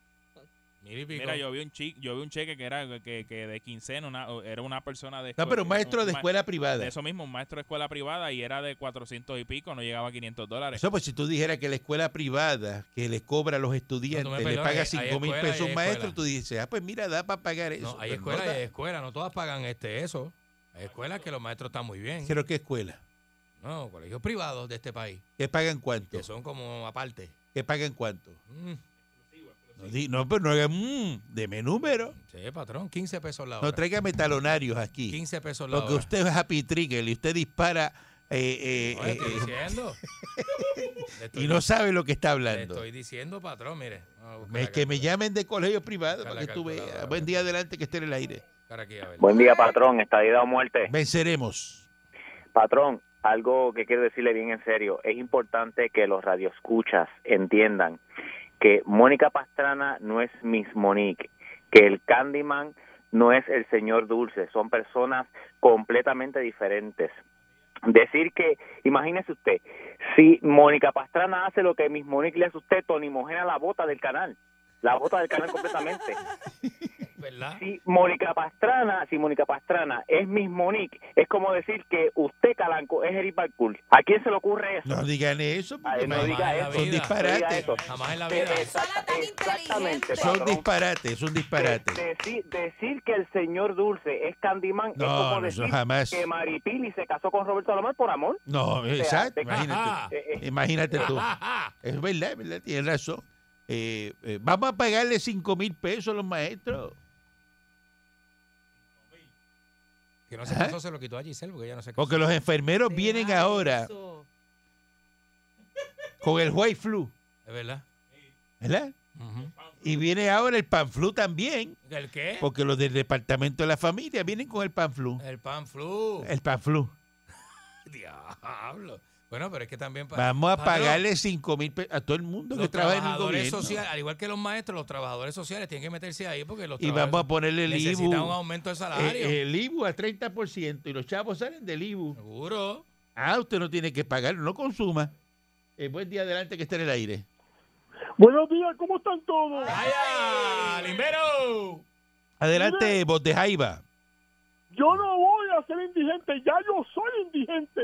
Mil y pico. Mira, yo vi un chic, yo vi un cheque que era que, que de quincena, una- o- era una persona de No, pero un maestro de ma- escuela de privada. eso mismo, un maestro de escuela privada y era de 400 y pico, no llegaba a 500 dólares. Eso, pues si tú dijeras que la escuela privada que le cobra a los estudiantes me le perdones, paga hay- 5 mil hay pesos a un escuela, hay maestro, escuela. tú dices, ah, pues mira, da para pagar eso. Pues No, hay Pero escuelas da. y hay escuelas, no todas pagan este eso. Hay escuelas que los maestros están muy bien. Pero ¿qué escuela? No, colegios privados de este país, ¿Que pagan cuánto? que son como aparte. ¿Que pagan cuánto? Mm, No, di- no, pero no hagan mm, deme número. sí, patrón, 15 pesos la hora. No tráigame talonarios aquí. 15 pesos la Porque hora. usted es happy trigger y usted dispara eh, eh, No, le eh, estoy eh, diciendo. Le estoy- y no sabe lo que está le hablando. estoy diciendo, patrón, mire. Vamos a buscar Me- la que me calculadora. llamen de colegio privado Busca para la que tú veas. calculadora. Buen día adelante que esté en el aire. Buscar aquí, a ver. Buen día, patrón. Estadía o muerte. Venceremos. Patrón, algo que quiero decirle bien en serio. Es importante que los radioescuchas entiendan que Mónica Pastrana no es Miss Monique, que el Candyman no es el señor Dulce. Son personas completamente diferentes. Decir que, imagínese usted, si Mónica Pastrana hace lo que Miss Monique le hace a usted, Tony Mojena la bota del canal. La bota del canal completamente. ¿Verdad? si Mónica Pastrana, si Mónica Pastrana es Miss Monique, es como decir que usted, Calanco, es Eric Balcour. ¿A quién se le ocurre eso? No digan eso porque Ay, no no- diga en la eso. son vida. No diga disparates. eso. Jamás en la vida. Exacta- tan exactamente, inteligente. Son patrón. disparates, es un disparate. De- deci- decir que el señor Dulce es Candyman es No, como no, eso decir jamás. que Maripili se casó con Roberto Alomar por amor. No, sea, exacto, de- Ajá. imagínate. Eh, eh, Imagínate tú. Ajá. Es verdad, es verdad, tienes razón. Eh, eh, vamos a pagarle 5 mil pesos a los maestros. Que no se Ajá. casó, se lo quitó a Giselle porque ella no se casó. ¿Ah? Porque los enfermeros vienen ah, Deja ahora eso. con el white flu, Es verdad. ¿verdad? Ujú. Y viene ahora el panflu también, ¿El qué? porque los del departamento de la familia vienen con el panflu. El pan flu. El panflu. Diablo. Bueno, pero es que también pa- Vamos a patrón, pagarle 5 mil pesos a todo el mundo que los trabaja en el trabajadores gobierno. sociales, al igual que los maestros, los trabajadores sociales tienen que meterse ahí porque los Y vamos a trabajadores ponerle el necesitan un IBU. aumento de salario. eh, el IBU a 30% y los chavos salen del IBU. Seguro. Ah, usted no tiene que pagar, no consuma. Eh, buen día adelante que está en el aire. Buenos días, ¿cómo están todos? ¡Vaya! ¡Limbero! Adelante, voz de Jaiba. Yo no voy a ser indigente, ya yo soy indigente.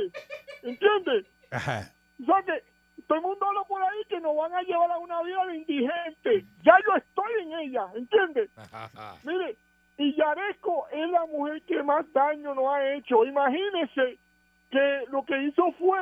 ¿Entiendes? Ajá. O sea que todo el mundo habla por ahí que nos van a llevar a una vida de indigente. Ya yo estoy en ella, ¿entiendes? Mire, y Yaresco es la mujer que más daño nos ha hecho. Imagínese que lo que hizo fue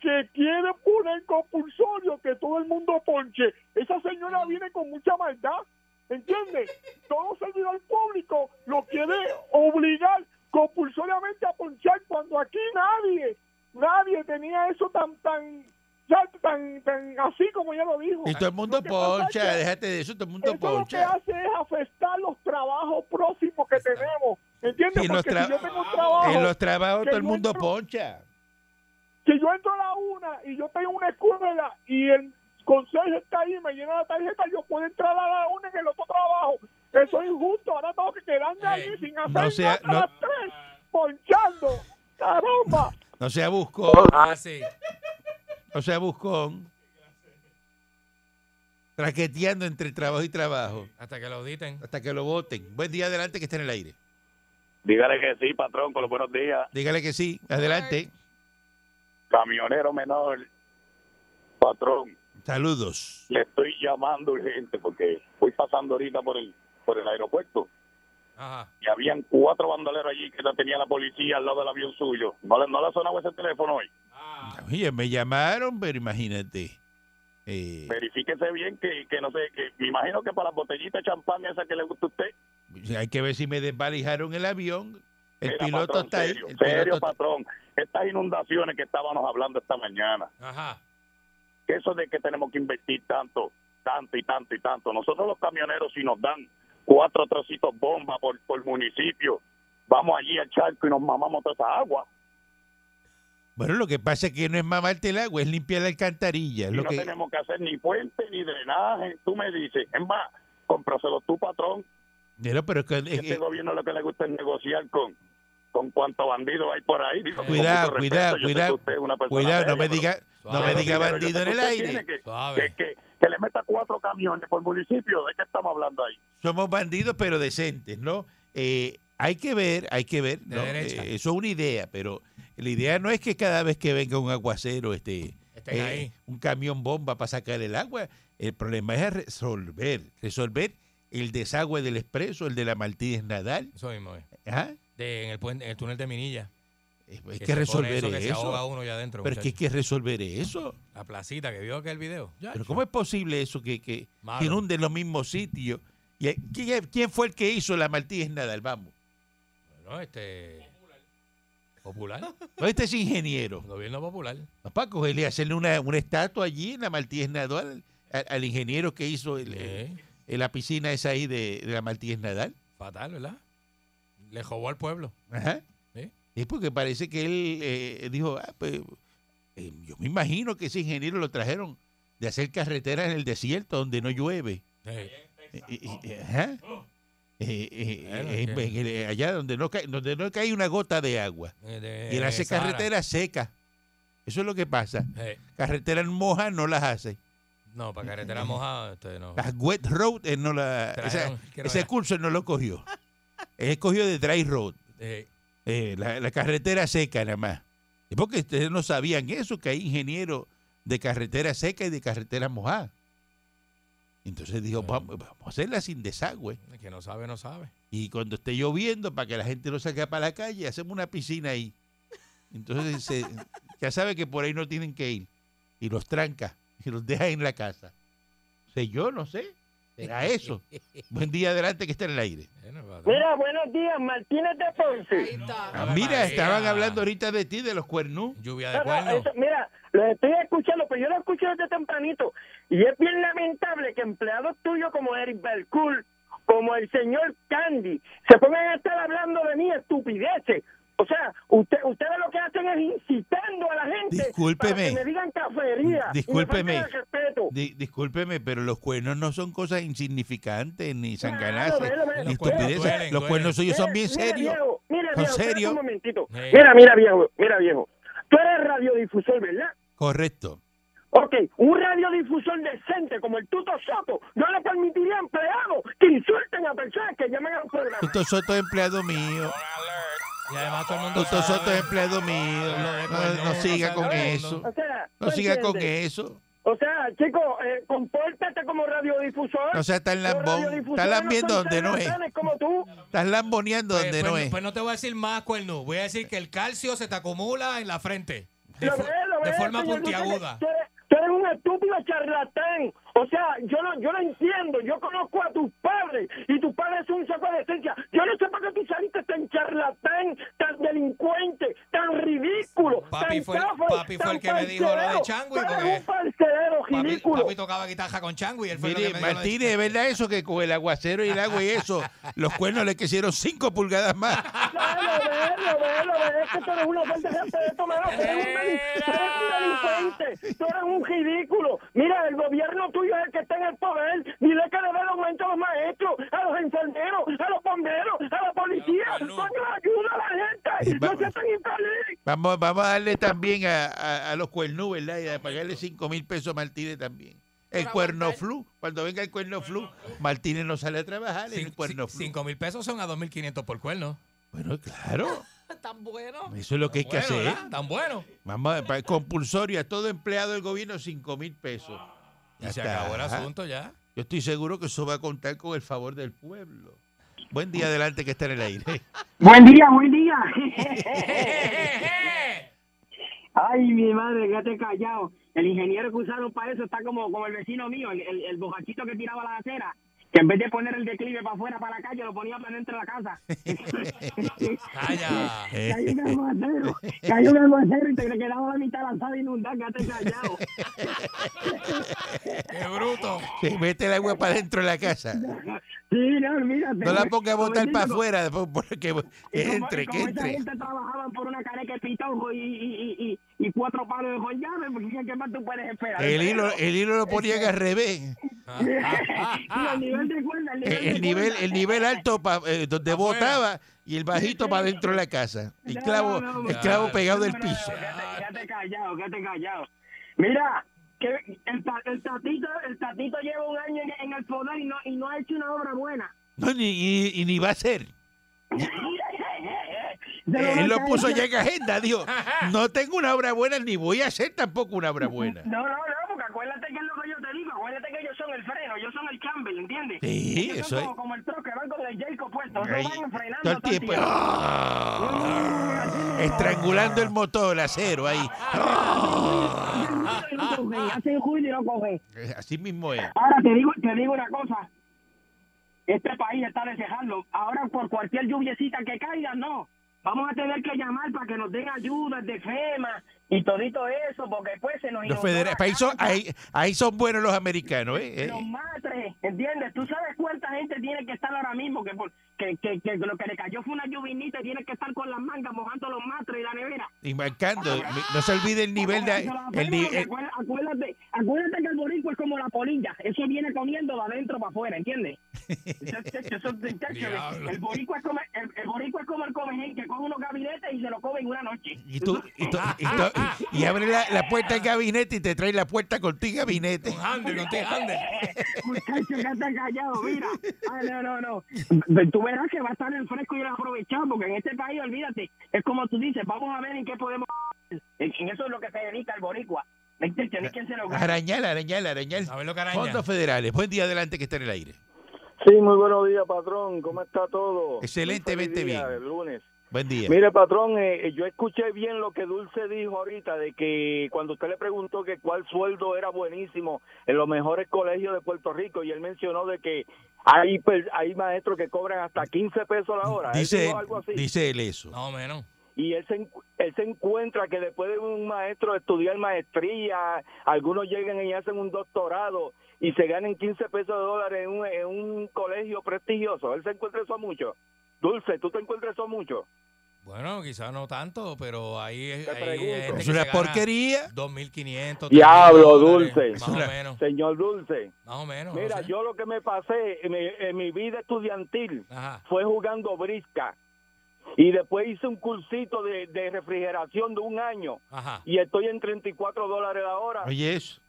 que quiere poner compulsorio que todo el mundo ponche. Esa señora viene con mucha maldad, ¿entiendes? Todo servidor público lo quiere obligar compulsoriamente a ponchar cuando aquí nadie, nadie tenía eso tan, tan, ya tan, tan así como ella lo dijo. Y todo el mundo Lo que pasa es poncha, que- déjate de eso, todo el mundo eso lo que poncha. hace es afectar los trabajos próximos que tenemos. ¿Entiendes? Sí, los Porque tra- si yo tengo un trabajo, En los trabajos que todo el yo mundo entro- poncha. si yo entro a la una y yo tengo una escuela y el consejo está ahí, me llena la tarjeta, yo puedo entrar a la una en el otro trabajo. Eso es injusto. Ahora tengo que quedarme ahí Ey, sin hacer no sea- nada no- a las tres, ponchando. ¡Caramba! No sea buscón, Ah, sí. no sea buscón. Traqueteando entre trabajo y trabajo Hasta que lo auditen. hasta que lo voten. Buen día adelante que está en el aire. Dígale que sí, patrón, con los buenos días. Dígale que sí, adelante. Camionero menor, patrón, Saludos. le estoy llamando urgente porque voy pasando ahorita por el por el aeropuerto Ajá. y habían cuatro bandoleros allí que la tenía la policía al lado del avión suyo. No le, no le sonaba ese teléfono hoy. Oye, me llamaron, pero imagínate. Eh, Verifíquese bien que, que no sé, que me imagino que para las botellitas de champán esa que le gusta a usted. hay que ver si me desvalijaron el avión. El Mira, piloto patrón, está ahí. Serio, el serio, piloto- patrón. Estas inundaciones que estábamos hablando esta mañana. Ajá. que eso de que tenemos que invertir tanto, tanto y tanto y tanto. Nosotros los camioneros, si nos dan cuatro trocitos bomba por, por municipio, vamos allí al charco y nos mamamos toda esa agua. Bueno, lo que pasa es que no es mamarte el agua, es limpiar la alcantarilla. es Y lo no que... tenemos que hacer ni puente ni drenaje. Tú me dices, es más, cómpraselo tú, patrón. Pero, pero es que- que Este eh, gobierno lo que le gusta es negociar con con cuánto bandido hay por ahí. Digo, con Cuidado, mucho respeto, cuidado, yo sé que cuidado. usted es una persona cuidado, no seria, me pero- diga, no Suave. me pero diga primero, yo bandido sé en que el usted tiene aire. que- Suave. que- que- que le meta cuatro camiones por municipio, ¿de qué estamos hablando ahí? Somos bandidos, pero decentes, ¿no? Eh, hay que ver, hay que ver. De ¿no? derecha. Eh, eso es una idea, pero la idea no es que cada vez que venga un aguacero este, Estén eh, ahí. un camión bomba para sacar el agua. El problema es resolver, resolver el desagüe del expreso, el de la Martínez Nadal. Eso mismo es. Ajá. De- en, el puente, en el túnel de Minilla. Eh, Hay ¿Ah? que, se pone resolver eso. eso. Que se ahoga uno allá adentro. pero es que hay muchacho. que resolver eso. La placita que vio aquel video. Ya, Pero ¿cómo es posible eso que, que, Malo. que inunden los mismos sitios? ¿Y a- ¿Quién, quién fue el que hizo la Martínez Nadal? Vamos. No, este... Popular. No, este es ingeniero. Gobierno popular. No, para cogerle y hacerle una, una estatua allí en la Martínez Nadal al, al ingeniero que hizo el- el- Sí, el- la piscina esa ahí de, de la Martínez Nadal. fatal, ¿verdad? Le jodó al pueblo. Ajá. Sí. Es porque parece que él eh, dijo, ah, pues, eh, yo me imagino que ese ingeniero lo trajeron de hacer carreteras en el desierto donde no llueve. Sí. Eh, eh, eh, ajá. Eh, eh, Oh. Bueno, eh, es que- en el- allá donde no, cae, donde no cae una gota de agua. Eh, de- Y él hace Sahara. carreteras secas. Eso es lo que pasa. Sí. Carreteras mojas no las hace. No, para carretera mojada, este, no. Las wet road, él no la, Trajeron- esa- que no ese era. curso él no lo cogió. Él cogió de dry road, Eh, eh, la, la carretera seca nada más. Es porque ustedes no sabían eso, que hay ingenieros de carretera seca y de carretera mojada. Entonces dijo, Sí. vamos, vamos a hacerla sin desagüe. el que no sabe, no sabe. Y cuando esté lloviendo, para que la gente no salga para la calle, hacemos una piscina ahí. Entonces se- ya sabe que por ahí no tienen que ir. Y los tranca y los deja en la casa. Sé yo, no sé. Será eso. Buen día adelante que está en el aire. Bueno, fatal. Mira, buenos días, Martínez de Ahí Ponce. está. Ah, Ave mira, María. estaban hablando ahorita de ti, de los cuernú. Lluvia de No, no, cuernos. eso- mira, los estoy escuchando, pero yo los escucho desde tempranito. Y es bien lamentable que empleados tuyos como Eric Balcool, como el señor Candy, se pongan a estar hablando de mí estupideces. O sea, usted, ustedes lo que hacen es incitando a la gente Discúlpeme. para que me digan cafería. y me Discúlpeme. falten el respeto. Di- discúlpeme, pero los cuernos no son cosas insignificantes, ni Claro, sanganaces, velo, velo. ni Los cuernos estupideces. duelen, los cuernos suyos son bien Mira, serios. viejo, mira, ¿Son viejo, espérate serios? un momentito. Sí. Mira, mira, viejo, mira, viejo. Tú eres radiodifusor, ¿verdad? Correcto. Ok, un radiodifusor decente como el Tuto Soto no le permitiría a empleados que insulten a personas que llaman al programa. Tuto Soto es empleado mío. Y además todo el mundo Tuto sabe. Soto es empleado mío. No, no no siga sabe con todo el eso. mundo. O sea, No ¿tú siga con entiendes? eso. O sea, chico, eh, compórtate como radiodifusor. No sea tan Los lambón. radiodifusores Estás lambiendo son donde no es. charlatanes Como tú. Estás lamboneando Pues- donde pues, no es. pues no te voy a decir más, cuerno. Voy a decir que el calcio se te acumula en la frente. De, Lo fo- ves, lo de ves, forma señor Gutiérrez. puntiaguda. Tú eres, tú eres un estúpido charlatán. O sea, yo no, yo no entiendo. Yo conozco a tus padres y tus padres son un saco de esencia. Yo no sé por qué tú saliste tan charlatán, tan delincuente, tan ridículo. Papi tan fue el- cáfaro, papi fue tan el que me dijo lo de falsedero. Changui, Tú porque eres un falsedero Papi, ridículo. papi tocaba guitarra con Chango y él fue Mire, lo que me dijo lo de- Martínez, ¿es verdad eso que con el aguacero y el agua y eso, los cuernos le quisieron 5 pulgadas más? No, lo ves, lo ves, lo ves, es que tú eres una falta de respeto, mano. Tú eres un delin- tú eres un delincuente, tú eres un ridículo. Mira, el gobierno tuyo es el que está en el poder. Dile que le dé el aumento a los maestros, a los enfermeros, a los bomberos, a la policía. Coño, ayuda a la Eh, gente. va- No seas tan infeliz. Vamos, vamos a darle también a, a- a los cuernú, ¿verdad? Y a pagarle 5 mil pesos a Martínez también. El Por cuerno aguantar. flu, cuando venga el cuerno flu, Martínez no sale a trabajar, el Cin- cuerno cin- flu. cinco mil pesos son a 2.500 por cuerno. Bueno, claro, Tan bueno. eso es lo que hay que Bueno, hacer. ¿verdad? Tan bueno. Vamos a, pa- compulsorio a todo empleado del gobierno 5 mil pesos. Y Ya se está. acabó el asunto ya. Yo estoy seguro que eso va a contar con el favor del pueblo. Buen día adelante que está en el aire. Buen día, buen día. Ay, mi madre, quédate callado. El ingeniero que usaron para eso está como, como el vecino mío, el, el, el bojachito que tiraba la acera, que en vez de poner el declive para afuera, para la calle, lo ponía para dentro de la casa. Calla. ¿Eh? Cayó un aguacero, cayó un aguacero y te quedaba la mitad lanzada inundada, quédate callado. Qué bruto. Se mete el agua para dentro de la casa. No Sí, no, olvídate. la ponga a Como botar diciendo, para afuera, después porque que Y como- entre, y que como esa entre. gente trabajaban por una careca de pitojo y, y, y, y, y cuatro palos de joyame, porque ¿qué más tú puedes esperar? El hilo, el hilo lo ponían al revés. Y el nivel de cuerda, el nivel, Eh, El, el de cuerda. nivel, el nivel alto pa- eh, donde Afuera. botaba y el bajito para dentro de la casa. El No, clavo, no, no, el clavo no. pegado del No, no, no, piso. Quédate, quédate callado, quédate callado. Mira, que el, ta- el tatito, el tatito lleva un año en, en el poder y no, y no ha hecho una obra buena. No, ni, y, y ni va a ser. Se Eh, Él lo van a puso caer. ya en agenda, dijo, no tengo una obra buena ni voy a hacer tampoco una obra buena. No, no, no, porque acuérdate que es lo que yo te digo, acuérdate que ellos son el freno, ellos son el Campbell, ¿entiendes? Sí, Ellos eso son es. como, como el truck que van con el Jacob puesto, Ahí, ellos van frenando todo el tiempo. ¡Ah! Estrangulando el motor, el acero ahí. Y no coge, hace un juicio y no coge. Eh, Así mismo es. Ahora te digo, te digo una cosa. Este país está dejando. Ahora por cualquier lluviecita que caiga, no. Vamos a tener que llamar para que nos den ayuda de FEMA y todito eso, porque después se nos inundó Los federa- la ahí, son, casa, ahí, ahí son buenos los americanos, ¿eh? Los Eh, matres, ¿entiendes? Tú sabes cuánta gente tiene que estar ahora mismo, que, por- que, que, que lo que le cayó fue una llovinita y tiene que estar con las mangas mojando los matres y la nevera. Y marcando, Ah, mi- no se olvide el nivel de... Eso lo el eh. ni- hacemos, el- acuérdate, acuérdate, acuérdate que el boricua es como la polilla, eso viene comiendo de adentro para afuera, ¿entiendes? Eso es- eso es- Diablo. el boricua es como el, el boricua es como el comején que coge unos gabinetes y se lo come en una noche. y tú, y, tú- y tú- y abre la, la puerta del gabinete y te trae la puerta contigo gabinete. Ander, no te Ander. Muchacho, que está callado, mira. Ay, no, no, no. Tú verás que va a estar el fresco y el aprovechado, porque en este país, olvídate, es como tú dices, vamos a ver en qué podemos. En en eso es lo que se dedica el boricua. ¿Me entiendes? ¿Quién se lo Arañal, arañal, arañal. A ver lo que araña. Fondos federales. Buen día adelante que está en el aire. Sí, muy buenos días, patrón. ¿Cómo está todo? Excelentemente Muy feliz día bien. del lunes. Buen día. Mire, patrón, eh, yo escuché bien lo que Dulce dijo ahorita de que cuando usted le preguntó que cuál sueldo era buenísimo en los mejores colegios de Puerto Rico y él mencionó de que hay per- hay maestros que cobran hasta 15 pesos la hora. Él Dice, dijo algo así. dice él eso. No, menos. y él se, encu- él se encuentra que después de un maestro estudiar maestría, algunos llegan y hacen un doctorado y se ganan 15 pesos de dólares en un, en un colegio prestigioso. Él se encuentra eso mucho. Dulce, ¿tú te encuentras eso mucho? Bueno, quizás no tanto, pero ahí es. Te pregunto. Es una porquería. 2.500. Diablo, 3.000 dólares, dulce. Más Una- o menos. Señor Dulce, Más o menos. no mira, sé. yo lo que me pasé en mi, en mi vida estudiantil Ajá. fue jugando brisca y después hice un cursito de, de refrigeración de un año Ajá. y estoy en 34 dólares la hora. Oye eso.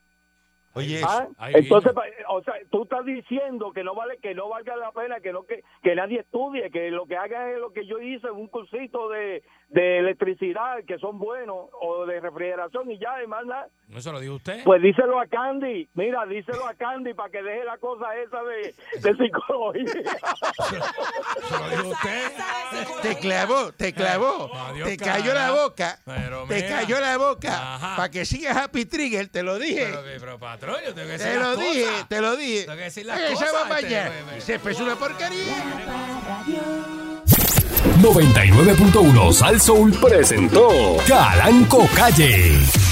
Oye eso. Ah, Ahí Entonces, vino. pa- o sea, tú estás diciendo que no vale, que no valga la pena, que no que, que nadie estudie, que lo que haga es lo que yo hice, un cursito de, de electricidad que son buenos o de refrigeración y ya, además, nada. No se lo dijo usted. pues díselo a Candy, mira, díselo a Candy para que deje la cosa esa de, de psicología. se lo dijo usted. Te clavó, te clavó. Adiós, te cayó la cara. boca. Pero Te mira. cayó la boca. Ajá. Para que sigas Happy Trigger, te lo dije. Pero, que- pero patrón, yo tengo que decir. te las lo cosas. dije, te lo dije. Tengo que decir las Esa cosas, babaña. este, güey, Y se empezó una porquería. 99.1 Sal Soul presentó Calanco Calle.